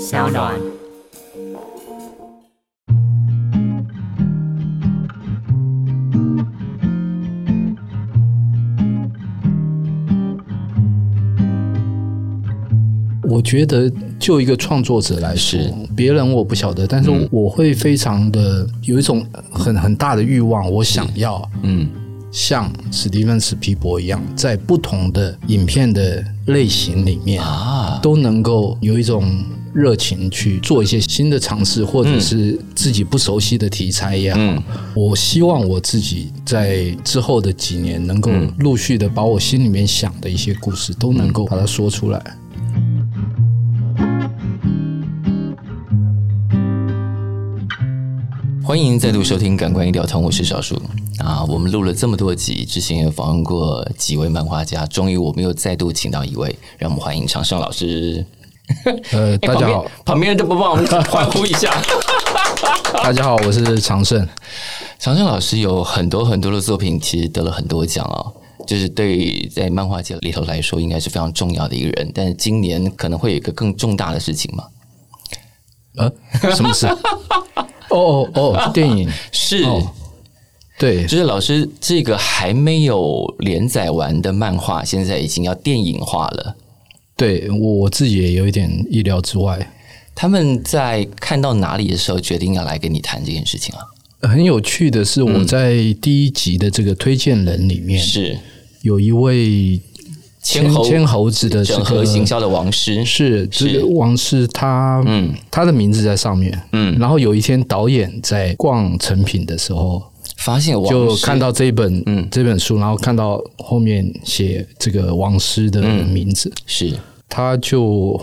小暖。我觉得，就一个创作者来说是，嗯别人我不晓得，但是我会非常的有一种很很大的欲望，我想要嗯像史蒂芬史皮博一样，在不同的影片的类型里面，啊，都能够有一种热情去做一些新的尝试，或者是自己不熟悉的题材也好。嗯我希望我自己在之后的几年，能够嗯陆续的把我心里面想的一些故事，都能够把它说出来。欢迎再度收听《感官医疗堂》，我是小树啊。我们录了这么多集，之前也访问过几位漫画家，终于我们又再度请到一位，让我们欢迎常胜老师。呃，哎 大家好，， 旁边旁边人都不帮我们欢呼一下。 大家好，我是常胜。常胜老师有很多很多的作品，其实得了很多奖哦。就是对于在漫画界里头来说，应该是非常重要的一个人。但是今年可能会有一个更重大的事情嘛？呃，什么事？哦哦哦，电影是，哦对就是老师这个还没有连载完的漫画，现在已经要电影化了。对，我我自己也有一点意料之外。他们在看到哪里的时候，决定要来跟你谈这件事情啊？很有趣的是，嗯我在第一集的这个推荐人里面，是有一位千猴千猴子的这整合个行销的王师，是这是个王室他，嗯他的名字在上面。嗯，然后有一天，导演在逛成品的时候，发现王就师看到这一本嗯这本书，然后看到后面写这个王师的嗯名字，是他就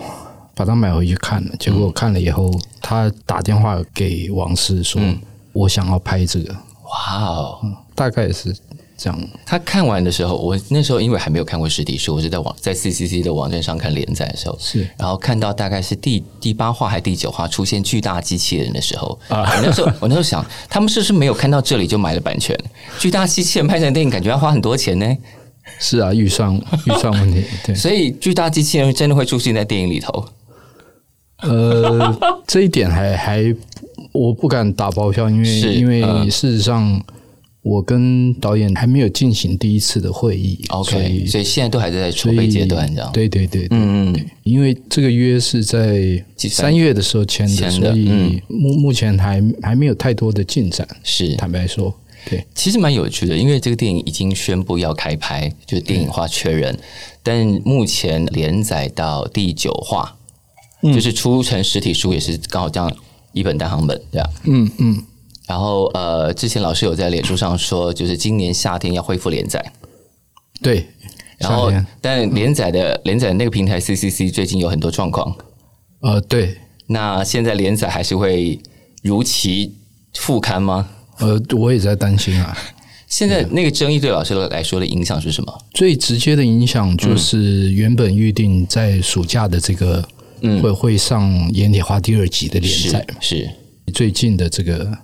把它买回去看了。结果看了以后，他打电话给王师说：“嗯我想要拍这个。哇哦。”大概是这样。他看完的时候，我那时候因为还没有看过实体书，我是在网在 CCC 的网站上看连载的时候，是然后看到大概是第第八话还是第九话出现巨大机器人的时候，我那时候我那时候想，他们是不是没有看到这里就买了版权？巨大机器人拍成电影，感觉要花很多钱呢，是啊，预 算预算问题，对，所以巨大机器人真的会出现在电影里头。呃，这一点还还我不敢打包票，因为是因为嗯事实上我跟导演还没有进行第一次的会议 OK，所所以以现在都还在筹所以备阶段，这样。对对对，嗯嗯，因为这个约是在几三三月的时候签的，签的所以嗯目目前还还没有太多的进展，是，坦白说，对，其实蛮有趣的，因为这个电影已经宣布要开拍，就是电影化确嗯认，但目前连载到第九话，嗯就是出成实体书也是刚好这样一本单行本这样。嗯嗯，然后呃，之前老师有在脸书上说，就是今年夏天要恢复连载。对，然后夏天，但连载的连载的那个平台 CCC 最近有很多状况，呃，对，那现在连载还是会如期复刊吗？呃，我也在担心 啊。现在那个争议对老师来说的影响是什么？最直接的影响就是原本预定在暑假的这个会会上《盐铁花》第二集的连载是，是，最近的这个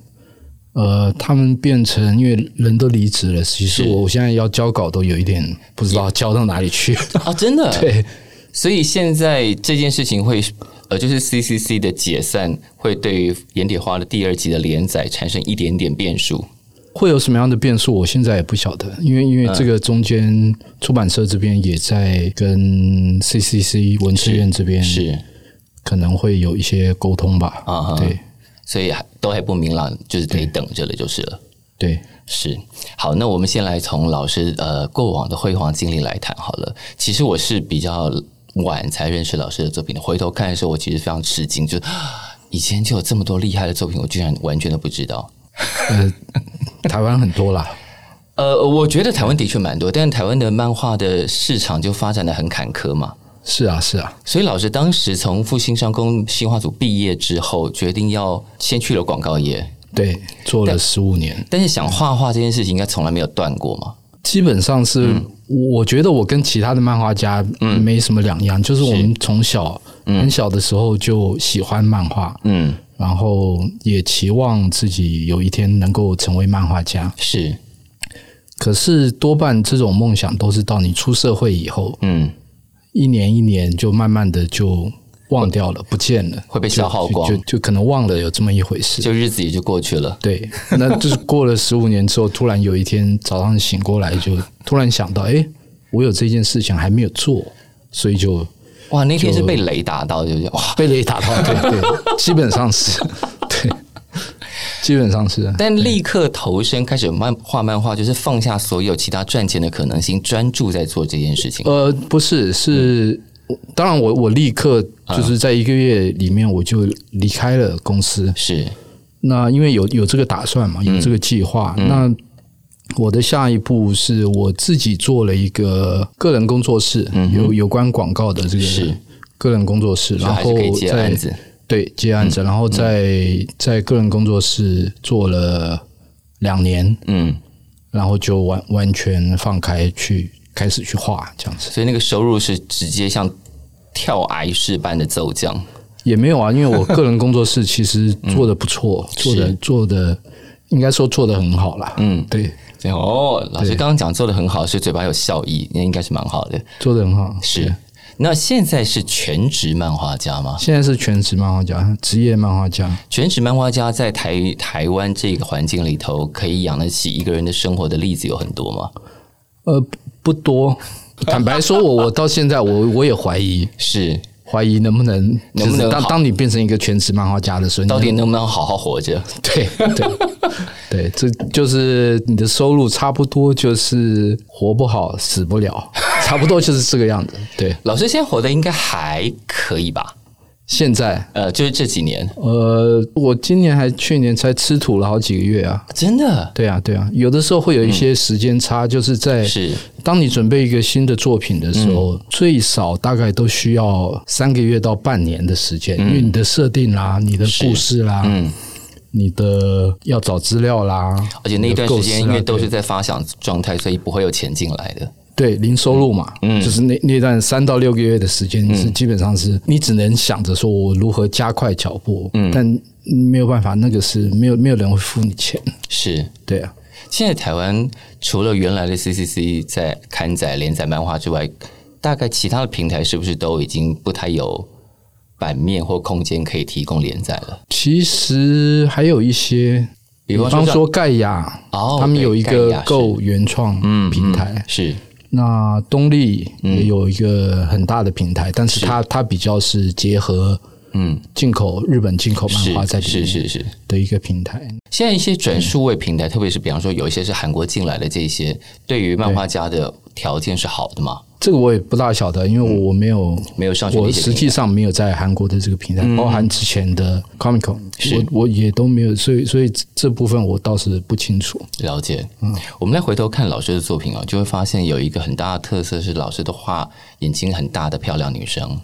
呃，他们变成因为人都离职了，其实是我现在要交稿都有一点不知道交到哪里 去。啊，真的。对，所以现在这件事情会，呃，就是 CCC 的解散会对于《盐铁花》的第二集的连载产生一点点变数。会有什么样的变数，我现在也不晓得，因为因为这个中间出版社这边也在跟 CCC 文字院这边是可能会有一些沟通吧。啊哈对所以还都还不明朗，就是得等着了，就是了。对，是，好，那我们先来从老师呃过往的辉煌经历来谈好了。其实我是比较晚才认识老师的作品的，回头看的时候，我其实非常吃惊，就是啊以前就有这么多厉害的作品，我居然完全都不知道。呃，台湾很多啦。呃，我觉得台湾的确蛮多，但台湾的漫画的市场就发展的很坎坷嘛。是啊，是啊，所以老师当时从复兴商工新画组毕业之后，决定要先去了广告业，对，做了十五年，但是想画画这件事情应该从来没有断过嘛。基本上是、嗯我觉得我跟其他的漫画家没什么两样，就是我们从小很小的时候就喜欢漫画，嗯，然后也期望自己有一天能够成为漫画家。是，可是多半这种梦想都是到你出社会以后，嗯，一年一年就慢慢的就忘掉了，不见了，会被消耗光就就就可能忘了有这么一回事。就日子也就过去了。对，那就是过了十五年之后，突然有一天早上醒过来，就突然想到，哎，我有这件事情还没有做，所以 就哇，那天是被雷打到，就是哇。 被雷打到。对对，基本上是，对，基本上是。啊但立刻投身开始漫画漫画，就是放下所有其他赚钱的可能性，专注在做这件事情。呃，不是，是、当然我我立刻啊就是在一个月里面我就离开了公司。是那因为有有这个打算嘛，嗯有这个计划，那我的下一步是我自己做了一个个人工作室，有有关广告的这嗯是个个人工作室，就然还是后可以接在案子。嗯对接案子，然后在在个人工作室做了两年，嗯，然后就完完全放开去开始去画这样子。所以那个收入是直接像跳崖式般的骤降。也没有啊，因为我个人工作室其实做的不错，做的是做的应该说做的很好啦。嗯，对，对哦，老师刚刚讲做的很好，是嘴巴有笑意，那应该是蛮好的。做的很好。是，那现在是全职漫画家吗？现在是全职漫画家，职业漫画家。全职漫画家在台台湾这个环境里头，可以养得起一个人的生活的例子有很多吗？呃，不不 多。坦白说我，我到现在我我也怀疑，是，怀疑能不能能就不是能当好当你变成一个全职漫画家的时候，你 到底能不能好好活着？对对对，这就是你的收入差不多就是活不好死不了，差不多就是这个样子。对，老师现在活得应该还可以吧？现在呃，就是这几年，呃，我今年还去年才吃土了好几个月啊。真的对啊，对啊，有的时候会有一些时间差，就是在嗯是嗯当你准备一个新的作品的时候，最少大概都需要三个月到半年的时间，因为你的设定啦、你的故事啦、嗯，你的要找资料啦，而且那一段时你间的构思啊因为都是在发想状态，所以不会有钱进来的。对零收入嘛，嗯就是那那段三到六个月的时间是基本上是你只能想着说我如何加快脚步，嗯但没有办法，那个是没有没有人会付你钱，是，对啊。现在台湾除了原来的 CCC 在刊载、连载漫画之外，大概其他的平台是不是都已经不太有版面或空间可以提供连载了？其实还有一些，比比方说方像说盖亚，哦他们有一对盖个亚是嗯 Go 原创平台，是那东立嗯也有一个很大的平台，但是它它比较是结合嗯进口日本进口漫画在是里是面是是。的一个平台。现在一些转数位平台，特别是比方说有一些是韩国进来的这些，对于漫画家的条件是好的嘛？这个我也不大晓得，因为我我没有嗯没有上去那我些嗯实际上没有在韩国的这个平台，包含之前的 Comic Con，我我也都没有，所以所以这这部分我倒是不清楚。了解，嗯我们来回头看老师的作品哦，就会发现有一个很大的特色是老师都画眼睛很大的漂亮女生，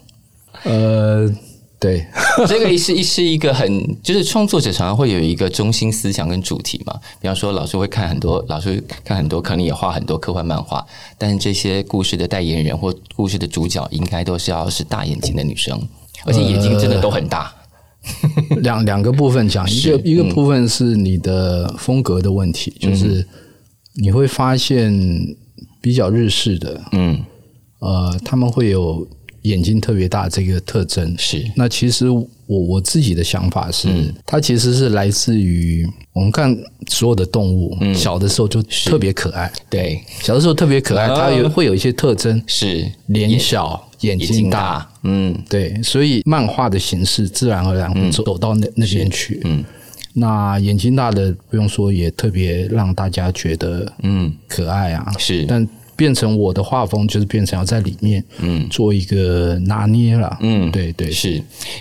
呃，对， 这个是是一个很，就是创作者常常会有一个中心思想跟主题嘛。比方说，老师会看很多，老师看很多，可能也画很多科幻漫画，但是这些故事的代言人或故事的主角，应该都是要是大眼睛的女生，而且眼睛真的都很大。两两个部分讲，一个一个部分是嗯你的风格的问题，就是你会发现比较日式的，嗯，呃，他们会有眼睛特别大这个特征。是那其实我我自己的想法是，它其实是来自于我们看所有的动物，小的时候就特别可爱，对，小的时候特别可爱，啊它有会有一些特征，是脸小，眼眼睛睛大，大，嗯，对，所以漫画的形式自然而然会走走到那、那边去。嗯，那眼睛大的不用说，也特别让大家觉得嗯可爱啊。是但变成我的画风就是变成要在里面嗯做一个拿捏了。嗯，对对是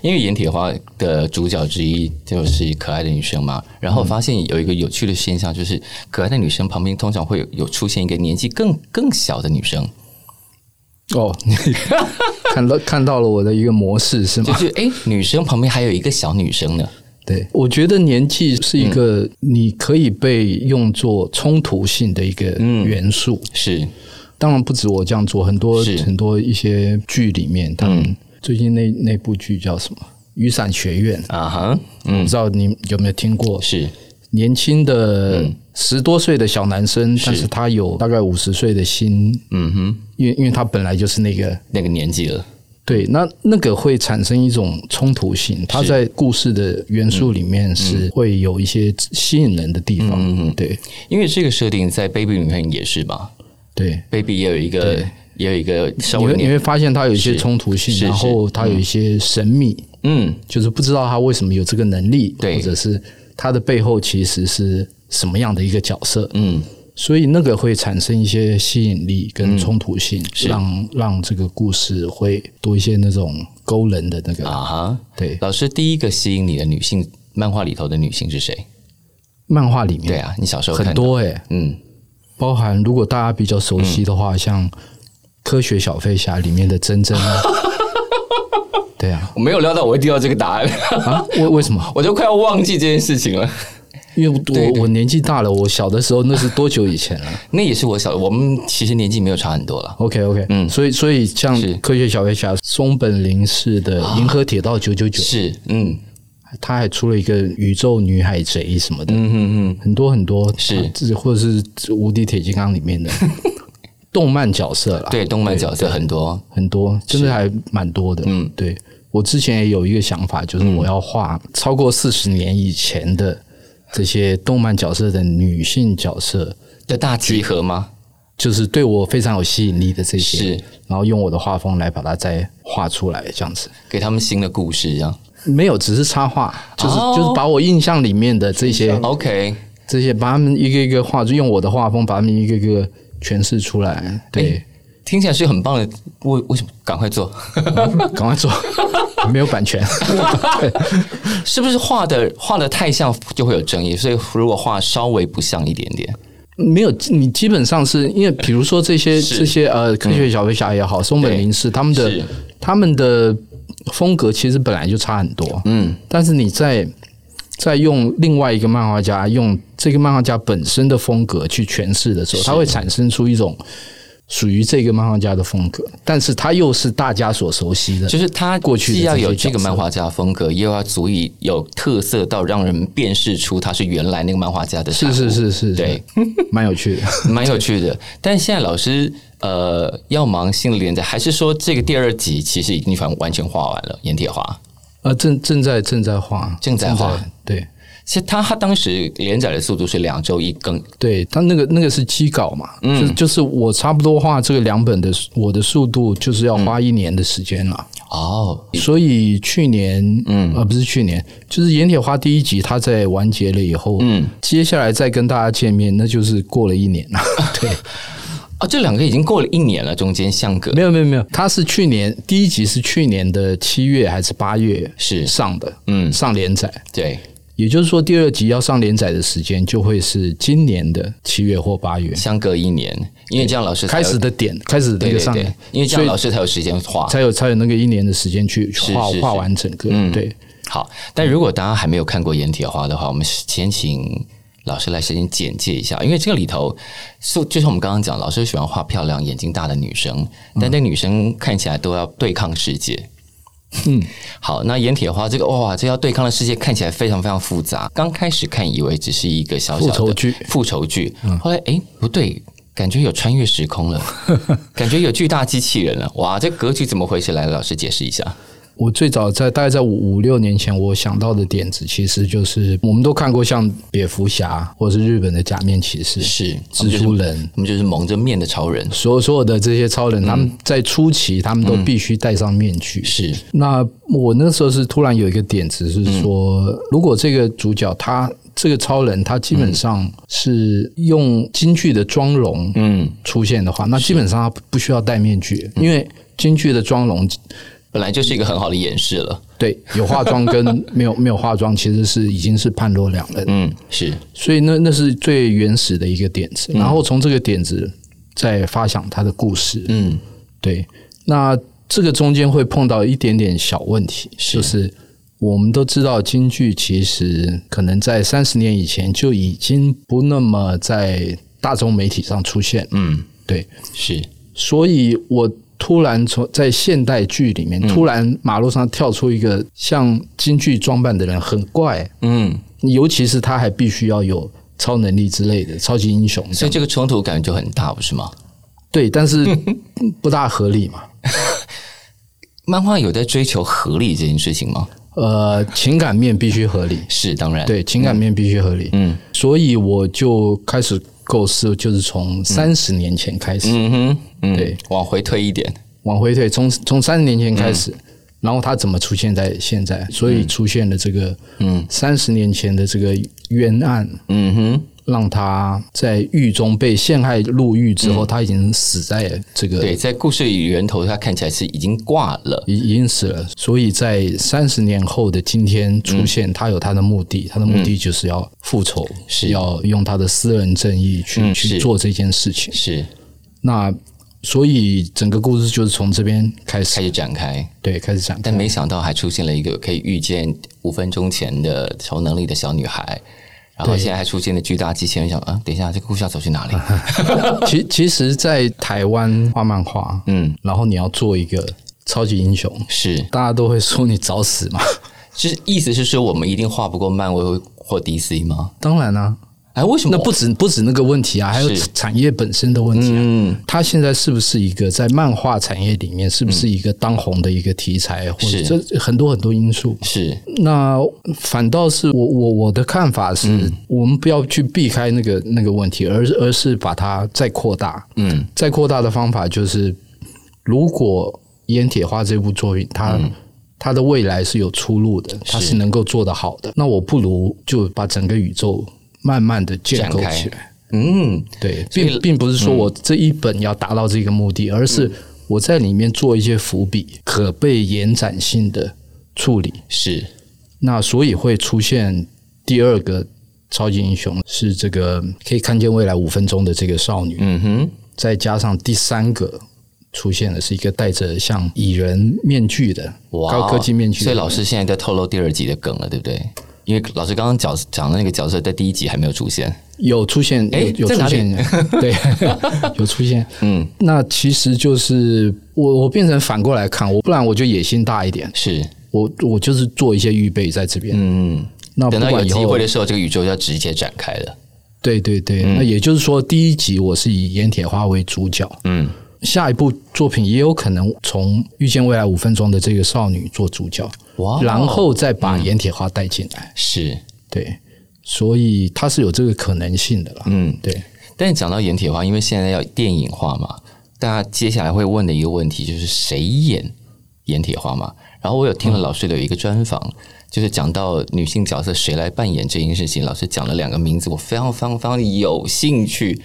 因为《眼铁花》的主角之一就是可爱的女生嘛，然后发现有一个有趣的现象，就是可爱的女生旁边通常会有有出现一个年纪更更小的女生，哦， 你看到看到了我的一个模式是就吗？ 是诶，女生旁边还有一个小女生呢，对，我觉得年纪是一个你可以被用作冲突性的一个元素。是当然不止我这样做，很多是嗯很多一些剧里面，他们最近那那部剧叫什么《雨伞学院》，啊哈，我不知道你有没有听过？是嗯年轻的十多岁的小男生，但是他有大概五十岁的心，嗯哼，因为因为他本来就是那个那个年纪了，对，那那个会产生一种冲突性，它在故事的元素里面嗯是会有一些吸引人的地方。嗯对因为这个设定在 Baby 里面也是嘛对， ，Baby 也有一个也有一个稍你会微有你点会发现它有一些是冲突是性，是然后它有一些神秘，嗯就是不知道他为什么有这个能力，对或者是他的背后其实是什么样的一个角色。嗯所以那个会产生一些吸引力跟冲突性，嗯让让这个故事会多一些那种勾人的那个。啊哈。对，老师，第一个吸引你的女性漫画里头的女性是谁？漫画里面对啊，你小时候看很到，多诶、欸嗯，包含如果大家比较熟悉的话，像《科学小飞侠》里面的珍 珍啊，对啊，我没有料到我会听到这个答案， 啊，为为什么？我就快要忘记这件事情了。因为我我年纪大了，我小的时候那是多久以前了？那也是我小，我们其实年纪没有差很多了。 OK OK，嗯，所以所以像是《科学小飞侠》松本零士的《银河铁道九九九》，是，嗯他还出了一个宇宙女海贼什么的，嗯嗯很多很多是啊这或者是《无敌铁金刚》里 面的动漫角色啦嗯，，对，动漫角色很多，很多，真的还蛮多的。嗯，对我之前也有一个想法，就是嗯我要画超过四十年以前的这些动漫角色的女性角色，的大集合吗？就是对我非常有吸引力的这些，是然后用我的画风来把它再画出来，这样子。给他们新的故事，这样。没有，只是插画，就是、哦就是把我印象里面的这嗯些 OK，这些，把他们一个一个画，就用我的画风把他们一个一个诠释出来。对，听起来是很棒的。为为什么赶快做？赶快做， 没有版权。是不是画的画的太像就会有争议？所以如果画稍微不像一点点，没有，你基本上是因为，比如说这些这些呃，科学小飞侠也好，松本零士他们是的他们的风格其实本来就差很多，嗯，但是你在再用另外一个漫画家用这个漫画家本身的风格去诠释的时候，它会产生出一种属于这个漫画家的风格，但是它又是大家所熟悉的，就是他过去的既要有这些这角个色漫画家风格，又要足以有特色到让人辨识出他是原来那个漫画家的产是是物。是是，对， 蛮有趣的。 蛮有趣的。但现在老师呃要忙心理连载，还是说这个第二集其实已经完完全画完了《盐铁花》？呃，正正在正在画，正在画，对其实他他当时连载的速度是两周一更，对，他那个那个是基稿嘛，嗯，就是我差不多画这个两本的，我的速度就是要花一年的时间啦。哦，所以去年，嗯，呃，不是去年，就是《盐铁花》第一集，它在完结了以后，嗯，接下来再跟大家见面，那就是过了一 年了。对，哦，这两个已经过了一年了，中间相隔没有没有没有，它是去年第一集是去年的七月还是八月是上的，嗯上连载，对，也就是说第二集要上连载的时间就会是今年的七月或八月相隔一年，因为这样老师才开有始的点，开始的对那个对上对连，，因为这样老师才有时间画。才有才有那个一年的时间去去画是是嗯画完整个，对。好，但如果大家还没有看过《盐铁花》的话，我们先请老师来先简介一下，因为这个里头，就就是我们刚刚讲，老师喜欢画漂亮、眼睛大的女生，嗯但那女生看起来都要对抗世界。嗯，好，那盐铁花这个哇，这要对抗的世界看起来非常非常复杂。刚开始看以为只是一个小小的复仇剧嗯复仇剧，后来诶不对，感觉有穿越时 空了，感觉有巨大机器人了，哇，这格局怎么回事？来，老师解释一下。我最早在大概在五五六年前，我想到的点子其实就是我们都看过像蝙蝠侠或是日本的假面骑士、是蜘蛛人，他们就是蒙着面的超人，所有所有的这些超嗯人，他们在初期他们都必须戴上面具。是那我那时候是突然有一个点子是说，嗯如果这个主角他这个超人他基本上是用京剧的妆容，嗯，出现的话，那基本上他不不需要戴面具，因为京剧的妆容本来就是一个很好的演示了。对，有化妆跟没有 没有化妆，其实是已经是判若两人。嗯，是所以那那是最原始的一个点嗯子，然后从这个点子再发想他的故事。嗯，对，那这个中间会碰到一点点小问题，就是我们都知道京剧其实可能在三十年以前就已经不那么在大众媒体上出现。嗯，对，是所以我突然从在现代剧里嗯面，突然马路上跳出一个像京剧装扮的人，很怪，嗯，尤其是他还必须要有超能力之类的超级英雄这所以样，这个冲突感 就很大，不是吗？对，但是不大合理嘛。漫画有在追求合理这件事情吗？呃，情感面必须合理，是，当然，，对，情感面必须合理。嗯所以我就开始构思，就是从三十年前开始，嗯哼，嗯，对，往回推一点，往回退，从从三十年前开嗯始，然后它怎么出现在现在？所以出现了这个，嗯，三十年前的这个冤案，嗯哼，让他在狱中被陷害入狱之后，他已经死在这个对，在故事源头，它看起来是已经挂了，已已经死了，所以在三十年后的今天出现，他有他的目嗯的，他的目的就是要复仇，是要用他的私人正义去、嗯去是做这件事情。是那所以整个故事就是从这边开始，开始展开，对，开始展开但。没想到还出现了一个可以预见五分钟前的超能力的小女孩，然后现在还出现了巨大机器人，想啊，等一下，这个故事要走去 哪里？ 其其实，在台湾画漫画，嗯，然后你要做一个超级英雄，是，大家都会说你找死嘛。 是意思是说我们一定画不过漫威或 DC 吗？当然啊，哎，为什么那不止不止那个问题啊，还有是产业本身的问题啊。嗯它现在是不是一个在漫画产业里面是不是一个当红的一个题材，或者嗯是这很多很多因素。是那反倒是我我我的看法是，嗯我们不要去避开那个那个问题，而是而是把它再扩大。嗯再扩大的方法就是，如果《烟铁花》这部作品，它、嗯它的未来是有出路的，它是能够做得好的，那我不如就把整个宇宙慢慢的建构展开起来。嗯对，所以嗯并并不是说我这一本要达到这个目的，而是我在里面做一些伏笔，可被延展性的处理。是那所以会出现第二个超级英雄是这个可以看见未来五分钟的这个少女，嗯哼再加上第三个出现的是一个戴着像蚁人面具的哇哦高科技面具的所以老师现在在透露第二集的梗了，对不对？因为老师刚刚讲讲的那个角色在第一集还没有出现，有出现，诶有有在出哪里现， 对，有出现。嗯，那其实就是我我变成反过来看，我不然我就野心大一点，是我我就是做一些预备在这边。嗯，那不等到有管以机后会，的时候，这个宇宙就要直接展开了，对对对，那也就是说，第一集我是以盐铁花为主角，嗯，下一部作品也有可能从遇见未来五分钟的这个少女做主角，哇然后再把盐铁花带进来。是对，所以它是有这个可能性的啦。嗯，对，但是讲到演铁化，因为现在要电影化嘛，大家接下来会问的一个问题就是谁演演铁化嘛？然后我有听了老师的有一个专访，就是讲到女性角色谁来扮演这件事情，老师讲了两个名字，我非常非常非常有兴趣，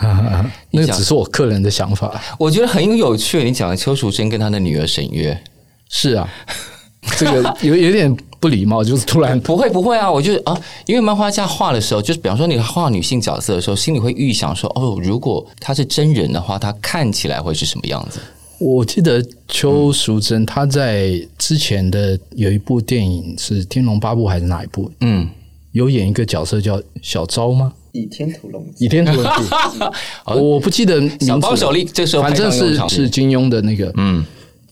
那你个讲只是我个人的想法。我觉得很有趣。你讲的邱淑贞跟她的女儿沈月，是啊， 这个有有点不礼貌，就是突然不会不会啊，我就啊，因为漫画家画的时候，就是比方说你画女性角色的时候，心里会预想说，哦，如果她是真人的话，她看起来会是什么样子？我记得邱淑贞她在之前的有一部电影是《天龙八部》还是哪一部，嗯，有演一个角色叫小昭吗？倚天屠龙记倚天屠龙 记，我不记得名字小了包手力，这时候反正派上用是场是金庸的那个，嗯，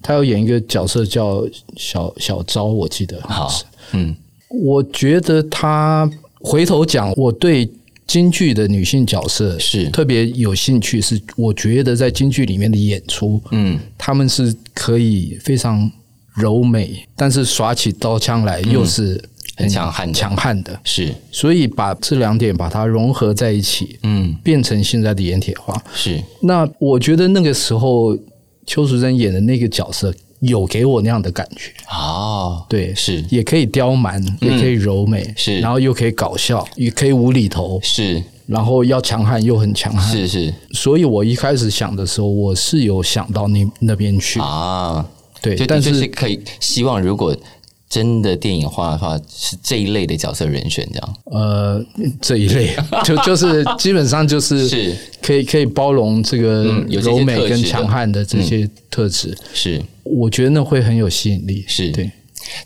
他有演一个角色叫小小昭，我记得好是嗯我觉得他回头讲，我对京剧的女性角色是特别有兴趣，是我觉得在京剧里面的演出，嗯他们是可以非常柔美，但是耍起刀枪来又是嗯很强悍的强悍的。是所以把这两点把它融合在一起，嗯变成现在的盐铁花。是那我觉得那个时候邱淑贞演的那个角色有给我那样的感觉，哦对，是也可以刁蛮，也可以柔美，嗯是然后又可以搞笑，也可以无厘头，是然后要强悍又很强悍。是是所以我一开始想的时候，我是有想到那那边去，啊，嗯对就，但就是可以希望如果真的电影化的话，是这一类的角色人选这样呃这一类就 就是基本上就是是可以可以包容这个嗯有这些柔美特质跟的嗯强悍的这些特质，是。我觉得那会很有吸引力。是对，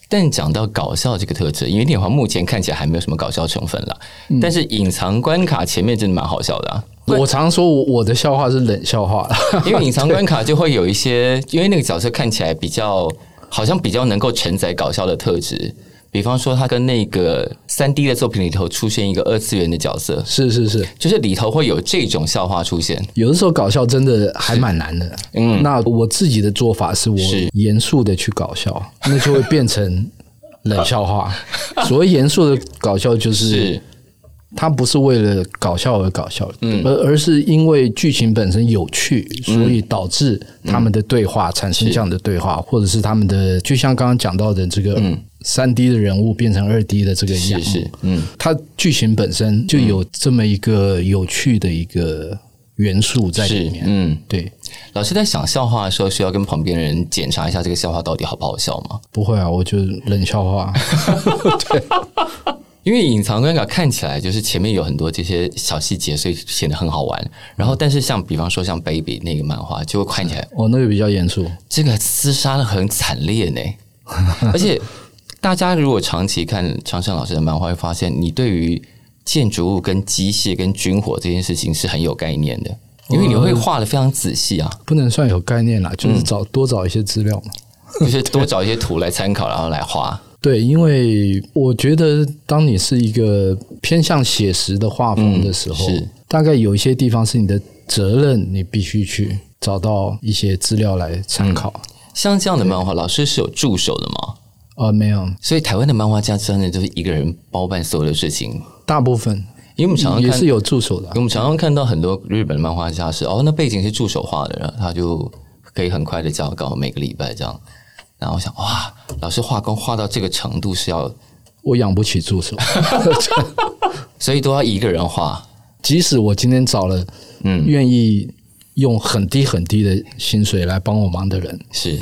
但讲到搞笑这个特质，因为电影化目前看起来还没有什么搞笑成分啦，嗯但是隐藏关卡前面真的蛮好笑的、啊。我常说我我的笑话是冷笑话 啦。因为隐藏关卡就会有一些，因为那个角色看起来比较，好像比较能够承载搞笑的特质，比方说他跟那个三 D 的作品里头出现一个二次元的角色，是是是，就是里头会有这种笑话出现。有的时候搞笑真的还蛮难的。嗯，那我自己的做法是我是严肃的去搞笑，那就会变成冷笑 话。所谓严肃的搞笑，就是是它不是为了搞笑而搞笑，嗯而而是因为剧情本身有趣，所以导致他们的对话产生这样的对话，或者是他们的就像刚刚讲到的这个三 D 的人物变成二 D 的这个样嗯是子。是，嗯，它剧情本身就有这么一个有趣的一个元素在里是面。嗯。对，老师在想笑话的时候，需要跟旁边人检查一下这个笑话到底好不好笑吗？不会啊，我就冷笑话。因为隐藏尴尬看起来就是前面有很多这些小细节，所以显得很好玩。然后，但是像比方说像 Baby 那个漫画，就会看起来我哦那个比较严肃。这个厮杀的很惨烈呢，而且大家如果长期看常胜老师的漫画，会发现你对于建筑物、跟机械、跟军火这件事情是很有概念的，因为你会画的非常仔细啊，不能算有概念啦，嗯就是找、多找一些资料嘛。就是多找一些图来参考，然后来画。对，因为我觉得当你是一个偏向写实的画风的时候，嗯是大概有一些地方是你的责任，你必须去找到一些资料来嗯参考。像这样的漫画，老师是有助手的嘛？啊，没有，所以台湾的漫画家真的就是一个人包办所有的事情，大部分因为我们常常也看是有助手的啊、我们常常看到很多日本漫画家是哦，那背景是助手画的，然后他就可以很快的交稿，每个礼拜这样。然后我想，哇，老师画工画到这个程度是要，我养不起助 手，所以都要一个人画。即使我今天找了嗯，愿意用很低很低的薪水来帮我忙的人，是，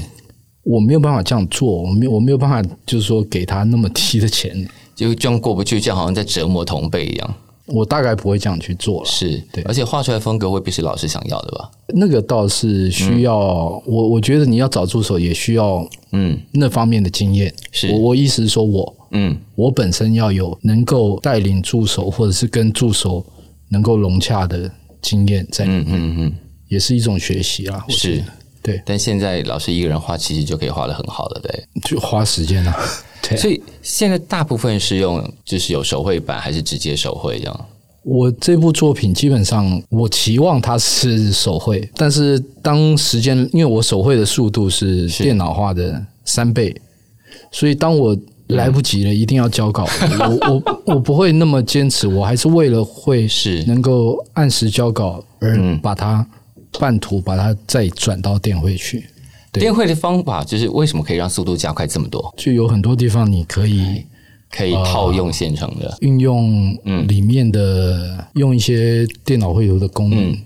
我没有办法这样做，我没有我没有办法，就是说给他那么低的钱，就这样过不去，这样好像在折磨同辈一样。我大概不会这样去做了。是，对而且画出来的风格未必是老师想要的吧？那个倒是需要、我，我觉得你要找助手也需要嗯那方面的经验。是我我意思是说我嗯，我本身要有能够带领助手，或者是跟助手能够融洽的经验在，嗯嗯嗯，也是一种学习啦。我觉是得。对，但现在老师一个人画，其实就可以画的很好了，对。就花时间 啦。对啊，所以现在大部分是用就是有手绘版，还是直接手绘这样？我这部作品基本上我期望它是手绘，但是当时间，因为我手绘的速度是是电脑化的三倍，所以当我来不及了，一定要交稿。我我我不会那么坚持，我还是为了会是能够按时交稿而把它半途把它再转到电绘去。对电绘的方法就是为什么可以让速度加快这么多？就有很多地方你可以可以套用现成的，运用嗯里面的、用一些电脑绘图的功能，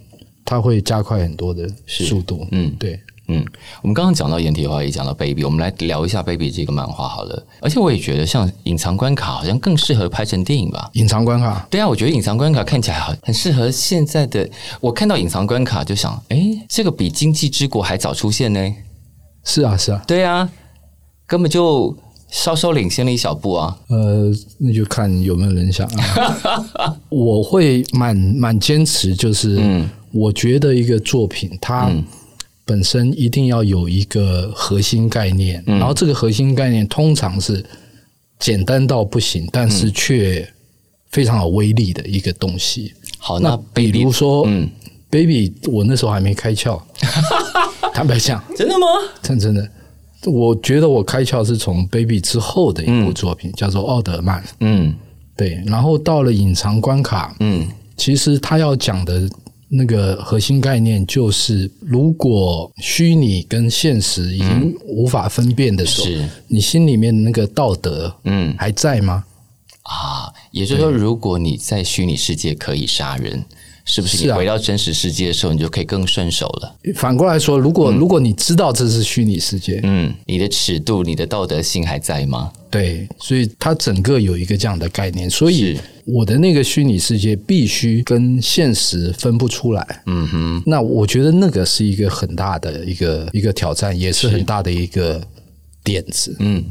它会加快很多的速度。嗯对，嗯，我们刚刚讲到掩体画，也讲到 Baby，我们来聊一下 Baby 这个漫画好了。而且我也觉得，像隐藏关卡好像更适合拍成电影吧。隐藏关卡对啊，我觉得隐藏关卡看起来好，很适合现在的。我看到隐藏关卡就想，诶，这个比《经济之国》还早出现呢。是啊是啊，对啊，根本就稍稍领先了一小步啊。呃，那就看有没有人想、啊。 我会蛮蛮坚持，就是、嗯我觉得一个作品它本身一定要有一个核心概念，嗯然后这个核心概念通常是简单到不行，但是却非常有威力的一个东西。好，那那比 Baby，如说，哦嗯， baby，我那时候还没开 窍。坦白讲，真的吗？真真的，我觉得我开窍是从 baby 之后的一部作品，叫做《奥德曼》。嗯对，然后到了隐藏关卡，嗯，其实他要讲的那个核心概念就是，如果虚拟跟现实已经无法分辨的时候，嗯是你心里面的那个道德嗯。还在吗？啊，也就是说，如果你在虚拟世界可以杀人，是不是是你啊回到真实世界的时候，你就可以更顺手了？反过来说，如果、如果你知道这是虚拟世界，嗯，你的尺度、你的道德性还在吗？对，所以它整个有一个这样的概念，所以是我的那个虚拟世界必须跟现实分不出来。嗯哼，那我觉得那个是一个很大的一个一个挑战，也是很大的一个点子。嗯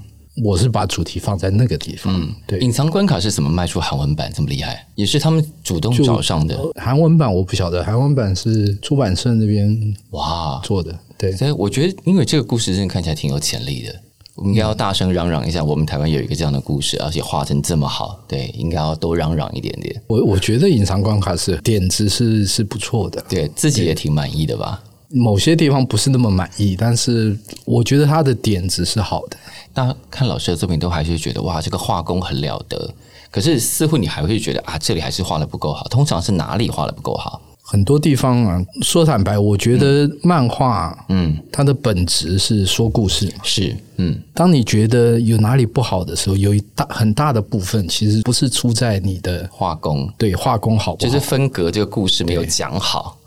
我是把主题放在那个地方，对。隐藏关卡是怎么卖出韩文版这么厉害？也是他们主动找上的韩文版我不晓得，韩文版是出版社那边哇！做的，对，所以我觉得，因为这个故事真的看起来挺有潜力的。我们应该要大声嚷嚷一下，我们台湾有一个这样的故事，而且画成这么好，对，应该要多嚷嚷一点点。我我觉得隐藏关卡是点子是是不错的，对自己也挺满意的吧？某些地方不是那么满意，但是我觉得他的点子是好的。那看老师的作品，都还是觉得哇，这个画工很了得。可是似乎你还会觉得啊，这里还是画的不够好。通常是哪里画的不够好？很多地方啊，说坦白，我觉得漫画嗯，它的本质是说故事嘛。是，嗯，当你觉得有哪里不好的时候，有一大很大的部分其实不是出在你的画工对画工好不就好，是分隔这个故事没有讲好。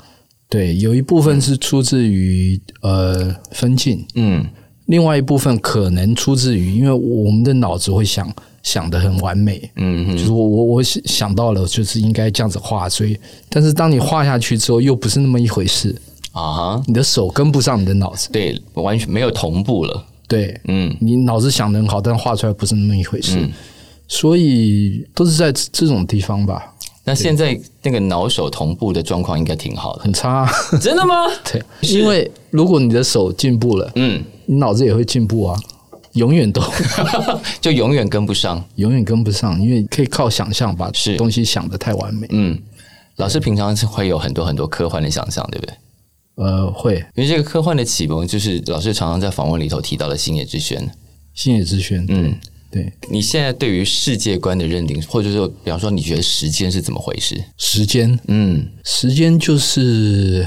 对有一部分是出自于呃分镜，嗯，另外一部分可能出自于因为我们的脑子会想想的很完美，嗯就是我我我想想到了，就是应该这样子画，所以但是当你画下去之后，又不是那么一回事，啊哈，你的手跟不上你的脑子，对，完全没有同步了。对嗯你脑子想的很好，但画出来不是那么一回事，所以都是在这这种地方吧，那现在那个脑手同步的状况应该挺 好的，很差、 真的吗？对，因为如果你的手进步了，嗯，你脑子也会进步啊，永远 都就永远跟不上。永远跟不上，因为可以靠想象把是东西想得太完美，嗯，老师平常是会有很多很多科幻的想象，对不对？呃，会因为这个科幻的启蒙，就是老师常常在访问里头提到的星野之轩。星野之轩，嗯，对，你现在对于世界观的认定，或者说，比方说，你觉得时间是怎么回事？时间。嗯，时间就是，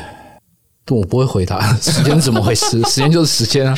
不我不会回答。时间是怎么回 事？时间就是时间啊。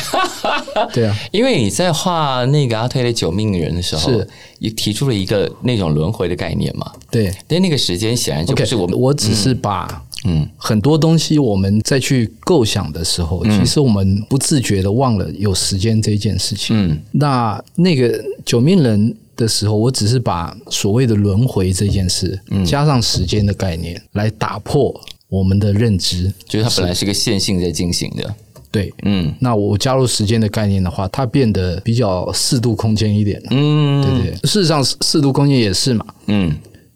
对啊，因为你在画那个阿推的《九命人》的时候是，也提出了一个那种轮回的概念嘛。对。但那个时间显然就 OK，不是我们我只是把嗯很多东西我们再去构想的时嗯候，其实我们不自觉的忘了有时间这件事情。嗯那那个九命人的时候，我只是把所谓的轮回这件事，嗯加上时间的概念来打破我们的认知。就是它本来是个线性在进行的。对，嗯那我加入时间的概念的话，它变得比较四度空间一点了，嗯，对不对？事实上，四四度空间也是嘛，嗯，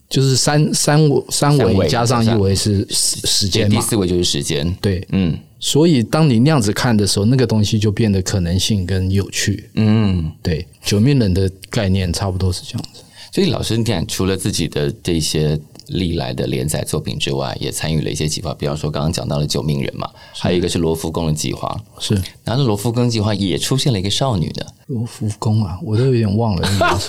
就是三三维三三维维加上一维是时时间第嘛，四位就是时间。对。嗯所以当你那样子看的时候，那个东西就变得可能性跟有趣。嗯。对，九面人的概念差不多是这样子。所以老师，你看，除了自己的这些历来的连载作品之外，也参与了一些计划，比方说刚刚讲到了《九命人》嘛，还有一个是罗浮宫的计划。是然后罗浮宫计划也出现了一个少女的，罗浮宫啊，我都有点忘 了那个。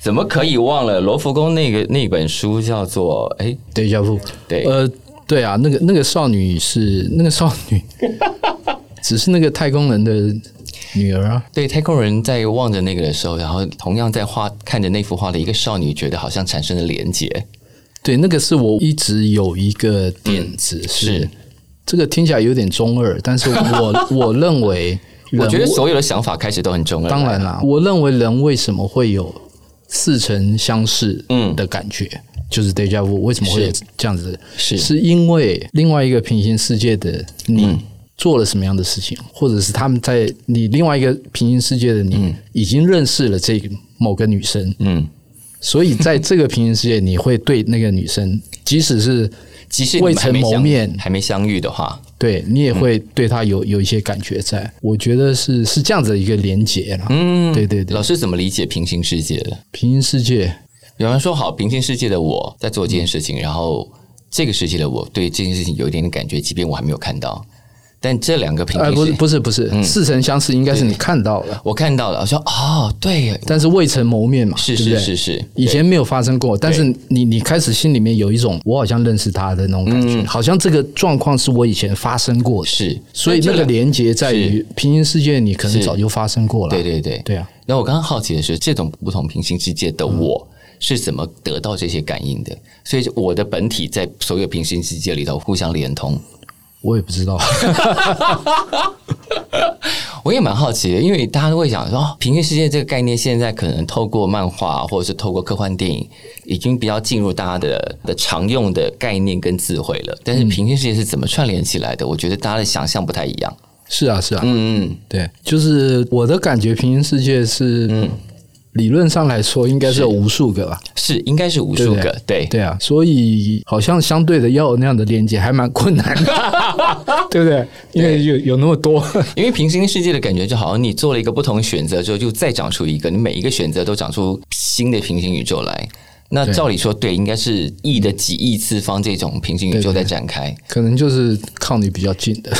怎么可以忘了罗浮宫那个那本书叫做哎对，教父，对呃，对啊，那个那个少女是那个少女， 只是那个太空人的女儿啊。对太空人在望着那个的时候，然后同样在画看着那幅画的一个少女，觉得好像产生了连结。对，那个是我一直有一个点子，嗯是是这个听起来有点中二，但是我我 认为人，我觉得所有的想法开始都很重要。当然啦，我认为人为什么会有似曾相识嗯的感觉，就是 deja vu，为什么会有是这样子？是是因为另外一个平行世界的你。嗯做了什么样的事情，或者是他们在你另外一个平行世界的你、已经认识了这个某个女生，嗯，所以在这个平行世界，你会对那个女生，即使是即使你未们还没曾谋相面还没相遇的话，对你也会嗯对她有有一些感觉在。我觉得是是这样子的一个连结啦。嗯对对对老，师怎么理解平行世界的？平行世界有人说好，平行世界的我在做这件事情，然后这个世界的我对这件事情有一点点感觉，即便我还没有看到，但这两个平呃，行不世是界，不是不是，嗯似曾相识应该是你看到了，我看到了，我说哦，对耶，但是未曾谋面嘛，对是不是对是是，以前没有发生过，但是你你开始心里面有一种我好像认识他的那种感觉，好像这个状况是我以前发生过的，嗯是，所以那这个两连结在于平行世界，你可能是早就发生过了，对对对。对啊，然后我刚刚好奇的是，这种不同平行世界的我。是怎么得到这些感应的？所以我的本体在所有平行世界里头互相连通，我也不 知道，我也蛮好奇的，因为大家都会想说，哦平行世界这个概念现在可能透过漫画或者是透过科幻电影，已经比较进入大家的的常用的概念跟智慧了。但是平行世界是怎么串联起来的？我觉得大家的想象不太一样。是啊是啊，嗯嗯，嗯对，就是我的感觉，平行世界是理论上来说应该是有无数个吧？是应该是无数个，对对啊，所以好像相对的要有那样的连接还蛮困难 的，对不对？因为有有那么多，因为平行世界的感觉就好像你做了一个不同选择之后，就再长出一个，你每一个选择都长出新的平行宇宙来。那照理说，对，应该是亿的几亿次方这种平行宇宙在展开。 可能就是靠你比较近的。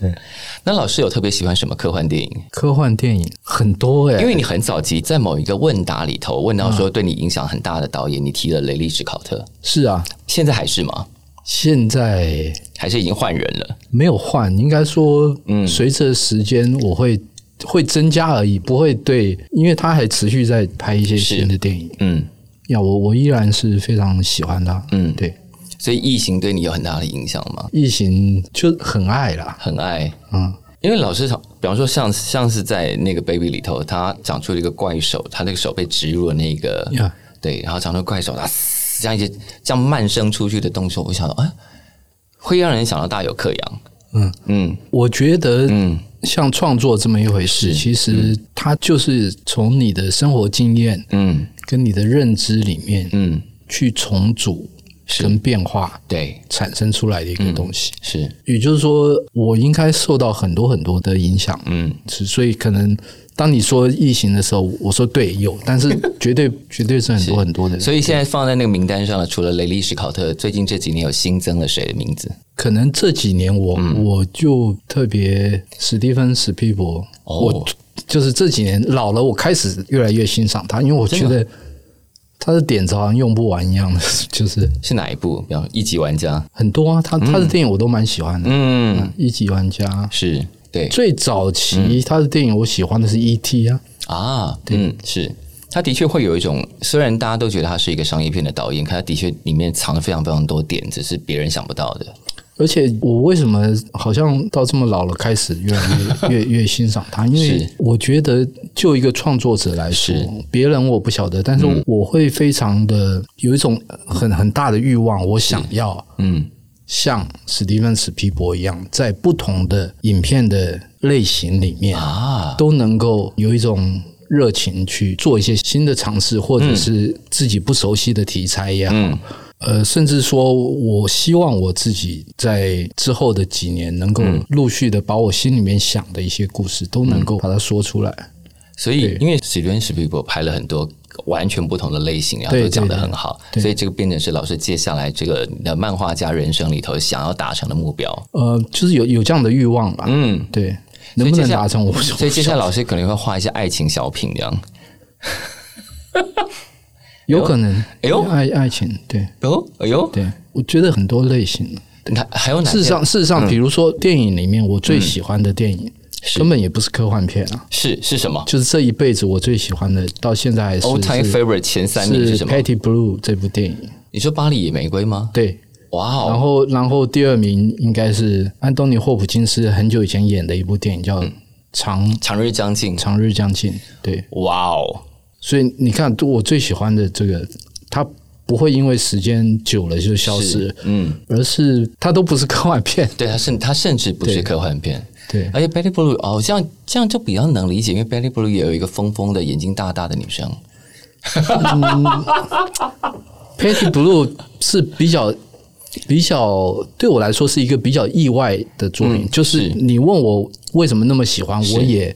对那老师有特别喜欢什么科幻电影？科幻电影很多哎、因为你很早期在某一个问答里头问到说对你影响很大的导演，你提了雷利·史考特，是啊，现在还是吗？现在还是已经换人了？没有换，应该说，随着时间我会会增加而已，不会对，因为他还持续在拍一些新的电影。嗯呀，我我依然是非常喜欢他。嗯，对，所以异形对你有很大的影响吗？异形就很爱啦。很爱，嗯，因为老师常，比方说像像是在那个 Baby 里头，他长出了一个怪手，他那个手被植入了那个 Yeah 对，然后长出怪手，他嘶这样一些这样慢生出去的动作，我想到啊，会让人想到大有克洋。嗯嗯我觉得嗯，像创作这么一回事，其实它就是从你的生活经验嗯跟你的认知里面嗯，去重组跟变化对，产生出来的一个东西。是，也就是说，我应该受到很多很多的影响，嗯，是所以可能当你说疫情的时候，我说对有，但是绝对绝对是很多很多的人，所以现在放在那个名单上了，除了雷利·史考特，最近这几年有新增了谁的名字？可能这几年我、我就特别史蒂芬史皮博，哦我就是这几年老了，我开始越来越欣赏他，因为我觉得他的点子好像用不完一样的，就是是哪一部？比方《一级玩家》。很多啊，他、他的电影我都蛮喜欢的，啊嗯，一级玩家。是对最早期他的电影，我喜欢的是 E.T. 啊，啊，嗯，是。他的确会有一种，虽然大家都觉得他是一个商业片的导演，可他的确里面藏了非常非常多点子，是别人想不到的。而且我为什么好像到这么老了，开始越 来越越越欣赏他？因为是我觉得，就一个创作者来说是，嗯别人我不晓得，但是我会非常的有一种很很大的欲望，我想要嗯，像史蒂芬史皮博一样，在不同的影片的类型里面，啊，都能够有一种。热情去做一些新的尝试，或者是自己不熟悉的题材也好，嗯呃，甚至说，我希望我自己在之后的几年，能够嗯陆续的把我心里面想的一些故事，都能够把它说出来。所以因为史蒂文史皮伯拍了很多完全不同的类型，然后对都讲得对对很好，对所以这个变成是老师接下来这个你的漫画家人生里头想要达成的目标。呃，就是有有这样的欲望吧。嗯，对，所能以不接能下来达成我不所以接下来来老师可能会画一些爱情小品这样。 有可能。哎呦爱爱情，对哦，哎呦，对，我觉得很多类型。那还有哪事些实上，事实嗯上，比如说电影里面，我最喜欢的电影根本也不是科幻片啊，是是什么就是这一辈子我最喜欢的，到现在还是？All time 是 favorite 前三名是是什么？ Patty Blue 这部电影。你说《巴黎野玫瑰》吗？对，哇哦，然后，然后第二名应该是安东尼·霍普金斯很久以前演的一部电影，叫《长长日将近，长日将近》。对，哇哦，所以你看，我最喜欢的这个，它不会因为时间久了就消失，嗯，而是它都不是科幻片。对，他甚他甚至不是科幻片，对，而且 Betty Blue 哦，这样这样就比较能理解，因为 Betty Blue 也有一个疯疯的、眼睛大大的女生， Patty Blue 是比较比较对我来说是一个比较意外的作品，就是你问我为什么那么喜欢，我也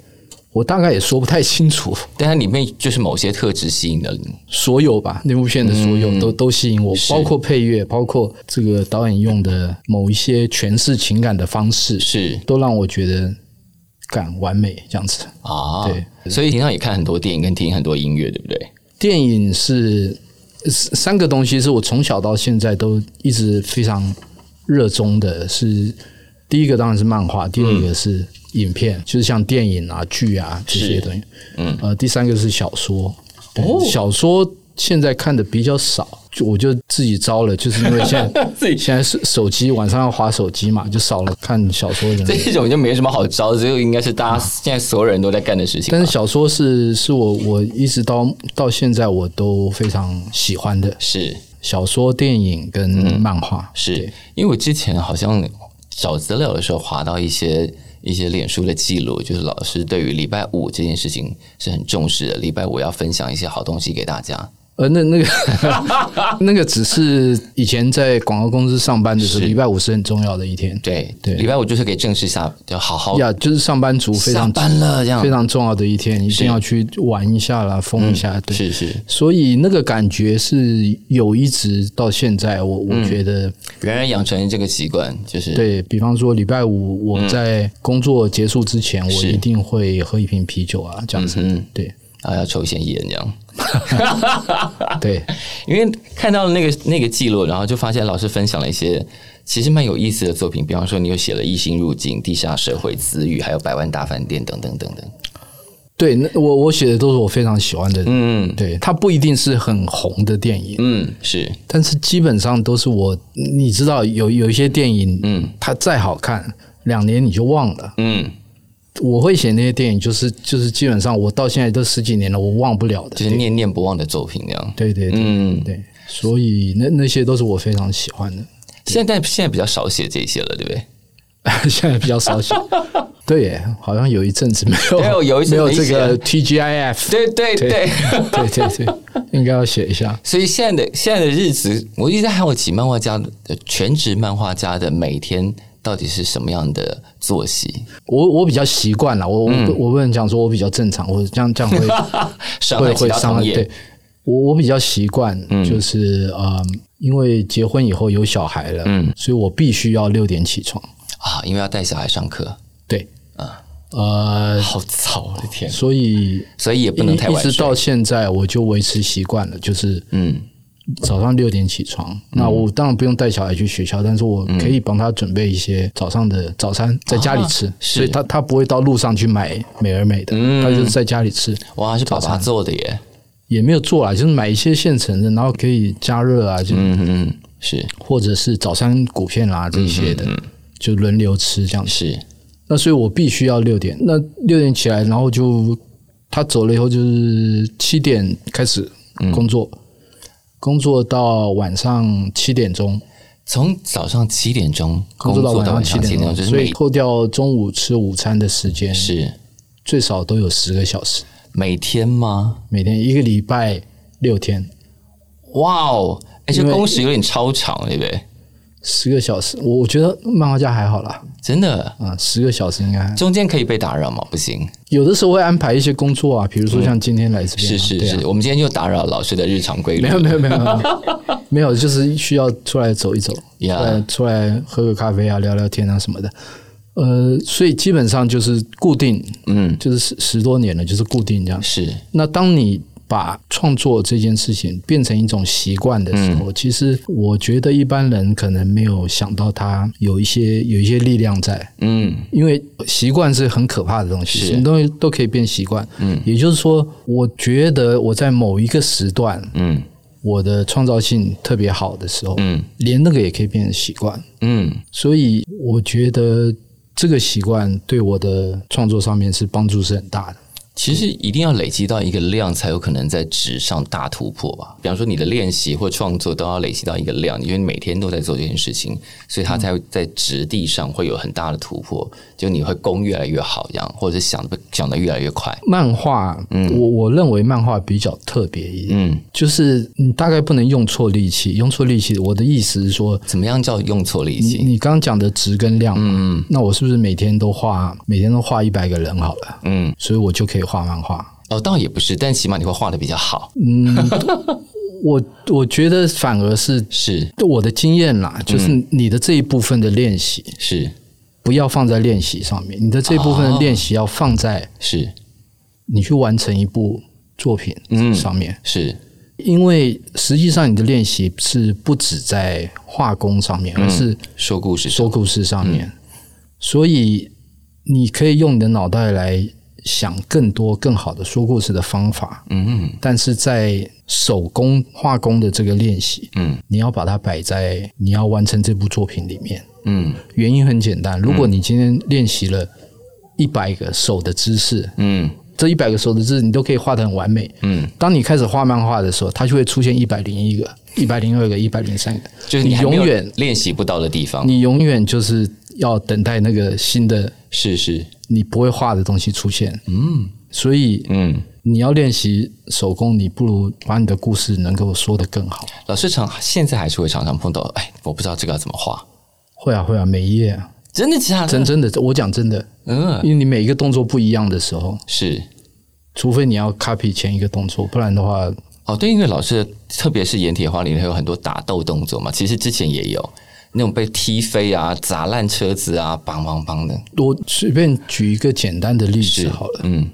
我大概也说不太清楚。但它里面就是某些特质吸引了你，所有吧，那部片的所有都、都吸引我，包括配乐，包括这个导演用的某一些诠释情感的方式，是都让我觉得感完美这样子。啊，对所以平常也看很多电影，跟听很多音乐，对不对？电影是呃三个东西，是我从小到现在都一直非常热衷的。是第一个当然是漫画，第二嗯个是影片，就是像电影啊、剧啊这些东西。嗯，呃，第三个是小说。对哦小说现在看的比较少，就我就自己招了，就是因为现在 自己现在是手机晚上要划手机嘛，就少了看小说的人。这种就没什么好招，这就应该是大家现在所有人都在干的事情吧。但是小说是是我我一直到到现在我都非常喜欢的，是小说、电影跟漫画、嗯是对，因为我之前好像找资料的时候划到一些一些脸书的记录，就是老师对于礼拜五这件事情是很重视的，礼拜五要分享一些好东西给大家。呃，那 那个那个只是以前在广告公司上班的时候，是礼拜五是很重要的一天。对对礼拜五就是可以正式下，就好好呀，就是上班族非下常哦班了这 样非。常重要的一天，一是嗯定要去玩一下啦，疯一下。对，是是，所以那个感觉是有一直到现在，我嗯我觉得、仍然养成这个习惯，就是对比方说礼拜五我在工作结束之前，我嗯是一定会喝一瓶啤酒啊，这样子。嗯，对然后要抽一些烟这样。对，因为看到了那个那个记录，然后就发现老师分享了一些其实蛮有意思的作品，比方说你有写了《异星入境》《地下社会》《私语》，还有《百万大饭店》等等等等。对，那我我写的都是我非常喜欢的。嗯对，它不一定是很红的电影，嗯，是但是基本上都是我，你知道有有一些电影，嗯，它再好看，两年你就忘了。嗯，我会写那些电影，就是就是基本上我到现在都十几年了，我忘不了的。就是念念不忘的作品那样。对对对嗯，对，所以那那些都是我非常喜欢的，现在现在比较少写这些了，对不对？ 现在比较少 写。对耶，好像有一阵子没有，对有一阵没有没这个写 TGIF。对对对对，对对对，应该要写一下。所以现在的现在的日子，我一直在好奇，漫画家的全职漫画家的每天到底是什么样的作息？我我比较习惯了，我我、嗯我不能讲说我比较正常，我这样这样 会伤害会其会他伤行害。业嗯对，我我比较习惯，就是呃，因为结婚以后有小孩了，嗯所以我必须要六点起床。啊，因为要带小孩上课，对，啊呃，好早，我的天！所以所以也不一能太一晚直睡。到现在，我就维持习惯了，就是嗯，早上六点起床。那我当然不用带小孩去学校，但是我嗯可以帮他准备一些早上的早餐，在家里吃，啊是所以他他不会到路上去买美而美的，嗯他就是在家里吃。哇，是爸爸做的耶。也没有做啦，就是买一些现成的，然后可以加热啊，就嗯嗯，嗯，是或者是早餐谷片啦、这些的，就轮流吃这样子。嗯是，那所以我必须要六点，那六点起来，然后就他走了以后就是七点开始嗯工作，工作到晚上七点钟，从早上七点钟工作到作到上晚上七点点钟，就是所以每扣掉中午吃午餐的时间，是最少都有十个小时，每天吗？每天一个礼拜六天，哇哦，哎，这因为工时有点超长，对不对？十个小时，我我觉得漫画家还好啦，真的，啊、十个小时应该还好中间可以被打扰吗？不行，有的时候会安排一些工作啊，比如说像今天来这边、啊嗯是是对啊是，我们今天就打扰老师的日常规律没。有没有没有没有 没有，就是需要出来走一走，出 Yeah 来出来喝个咖啡啊，聊聊天啊什么的。呃，所以基本上就是固定，嗯，就是十十多年了，就是固定这样。是那当你把创作这件事情变成一种习惯的时候，嗯其实我觉得一般人可能没有想到它有一些有一些力量在。嗯因为习惯是很可怕的东西，是什么东西都可以变习惯。嗯，也就是说，我觉得我在某一个时段，嗯我的创造性特别好的时候，嗯连那个也可以变成习惯。嗯，所以我觉得这个习惯对我的创作上面是帮助是很大的。其实一定要累积到一个量，才有可能在纸上大突破吧。比方说，你的练习或创作都要累积到一个量，因为你每天都在做这件事情，所以它才会在质地上会有很大的突破。就你会攻越来越好，这样，或者是想的想的越来越快。漫画，我我认为漫画比较特别一点，嗯，就是你大概不能用错力气，用错力气，我的意思是说，怎么样叫用错力你气？你刚刚讲的值跟量嘛，嗯那我是不是每天都画，每天都画一百个人好了，嗯，所以我就可以画漫画。哦，倒也不是，但起码你会画的比较好。我我觉得反而是是我的经验啦，嗯就是你的这一部分的练习，是不要放在练习上面，你的这一部分哦的练习要放在是你去完成一部作品嗯上面，是，因为实际上你的练习是不止在画工上面，嗯而是说故事说故事上面，嗯所以你可以用你的脑袋来想更多更好的说故事的方法，嗯但是在手工画工的这个练习，嗯你要把它摆在你要完成这部作品里面。嗯原因很简单，如果你今天练习了一百个手的姿势，嗯这一百个手的姿势你都可以画得很完美。嗯，当你开始画漫画的时候，它就会出现一百零一个、一百零二个、一百零三个，就是你还没有永远练习不到的地方。你永远就是要等待那个新的是是，你不会画的东西出现。嗯，所以嗯，你要练习手工，你不如把你的故事能够说得更好。老师常现在还是会常常碰到，哎，我不知道这个要怎么画，会啊，会啊，每一页啊，真的假的？真真的，我讲真的，嗯，因为你每一个动作不一样的时候，是除非你要 copy 前一个动作，不然的话，哦，对，因为老师的特别是盐铁花里面有很多打斗动作嘛，其实之前也有那种被踢飞啊、砸烂车子啊、梆梆梆的，我随便举一个简单的例子好了，嗯，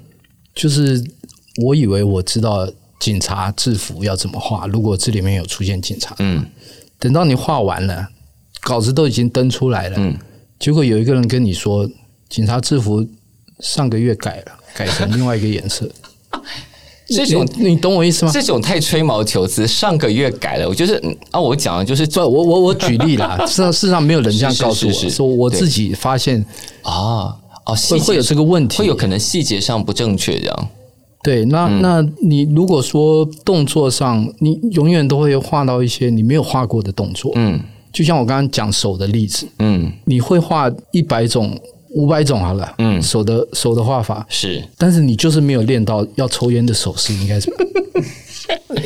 就是我以为我知道警察制服要怎么画，如果这里面有出现警察，嗯，等到你画完了，稿子都已经登出来了，嗯，结果有一个人跟你说，警察制服上个月改了，改成另外一个颜色， 这种你你懂我意思吗？这种太吹毛求疵。上个月改了，我就是嗯啊，我讲的就是不，我我我举例 啦，事实上事实上没有人这样是是告诉我，是是说我对自己发现啊哦，细会节会有这个问题，会有可能细节上不正确这样。对，那、嗯那你如果说动作上，你永远都会画到一些你没有画过的动作。嗯就像我刚刚讲手的例子，嗯，你会画一百种、五百种好了，嗯手的手的画法，是但是你就是没有练到要抽烟的手势应 该是，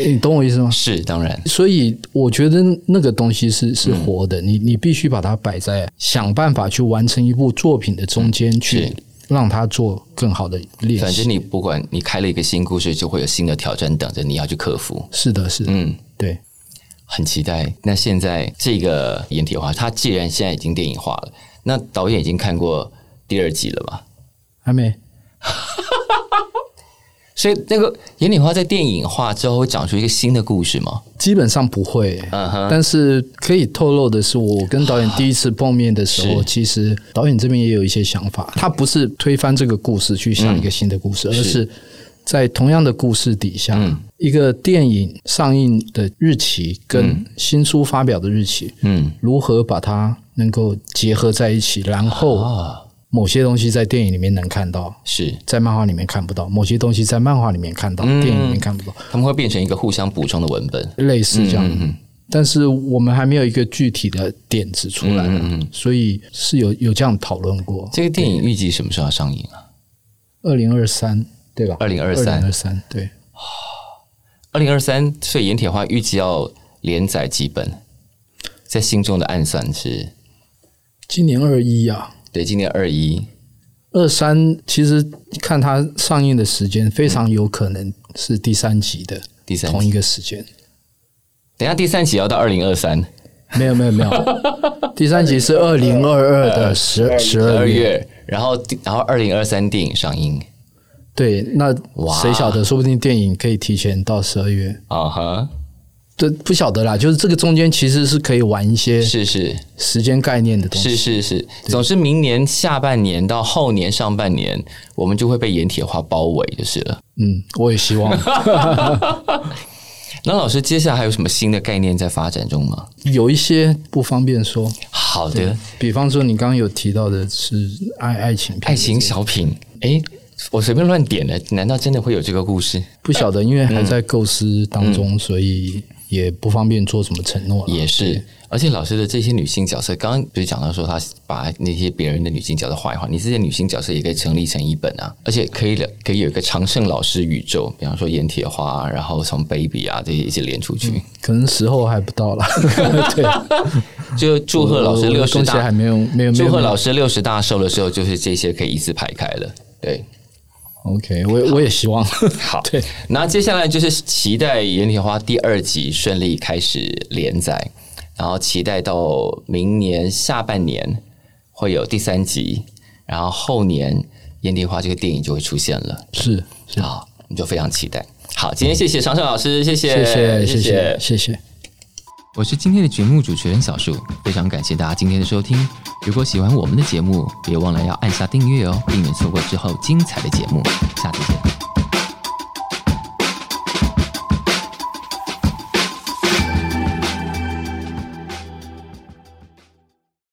你懂我意思吗？是，当然所以我觉得那个东西是嗯是活的，你你必须把它摆在想办法去完成一部作品的中间，去是让它做更好的练习。反正你不管你开了一个新故事，就会有新的挑战等着你要去克服。是的，是的，嗯，对。很期待。那现在这个《掩体画》，它既然现在已经电影化了，那导演已经看过第二集了吧？还没，所以那个《眼底花》在电影化之后会讲出一个新的故事吗？基本上不会、嗯哼，但是可以透露的是，我跟导演第一次碰面的时候，是其实导演这边也有一些想法，他不是推翻这个故事去想一个新的故嗯事，而是在同样的故事底下，一个电影上映的日期跟新书发表的日期，嗯如何把它能够结合在一起，然后啊，某些东西在电影里面能看到。是在漫画里面看不到，某些东西在漫画里面看到，嗯电影里面看不到，他们会变成一个互相补充的文本。类似这样。嗯但是我们还没有一个具体的点子出来，啊所以是有有这样讨论过。这个电影预计什么时候要上映啊？二零二三对吧？ 2023二三对，二零二三，所以《盐铁花》预计要连载几本？在心中的暗算是，今年二一啊，对，今年二一二三其实看它上映的时间，非常有可能是第三集的第三同集，一个时间。等一下第三集要到二零二三没有没有没 有，第三集是二零二二的十十二二月。月，然后第然后二零二三电影上映对，那哇谁晓得？说不定电影可以提前到十二月。啊哈对，不晓得啦，就是这个中间其实是可以玩一些是是时间概念的东西。是是是，总之明年下半年到后年上半年，我们就会被盐铁花包围就是了。嗯，我也希 望那老师，接下来还有什么新的概念在发展中吗？有一些不方便说，好的，比方说你刚刚有提到的是爱爱情片爱情小品，诶，我随便乱点的，难道真的会有这个故事？不晓得，因为还在构思当中，所以也不方便做什么承诺啦。嗯也是，而且老师的这些女性角色，刚刚不是讲到说她把那些别人的女性角色画一画，你这些女性角色也可以成立成一本啊，而且可以了，可以有一个常胜老师宇宙，比方说盐铁花，啊然后从 baby 啊这些一起连出去，可能时候还不到了。对， 就祝贺老师我六十东西还大，没有没有没祝有贺没有老师六十大寿的时候，就是这些可以一字排开了，对。 OK，我我也希望好，对，那接下来就是期待《盐铁花》第二集顺利开始连载，然后期待到明年下半年会有第三集，然后后年《盐铁花》这个电影就会出现了。是是，好，我们就非常期待。好，今天谢谢常胜老师，谢谢，谢谢谢谢谢谢。我是今天的节目主持人小树，非常感谢大家今天的收听。如果喜欢我们的节目，别忘了要按下订阅哦，避免错过之后精彩的节目。下次见。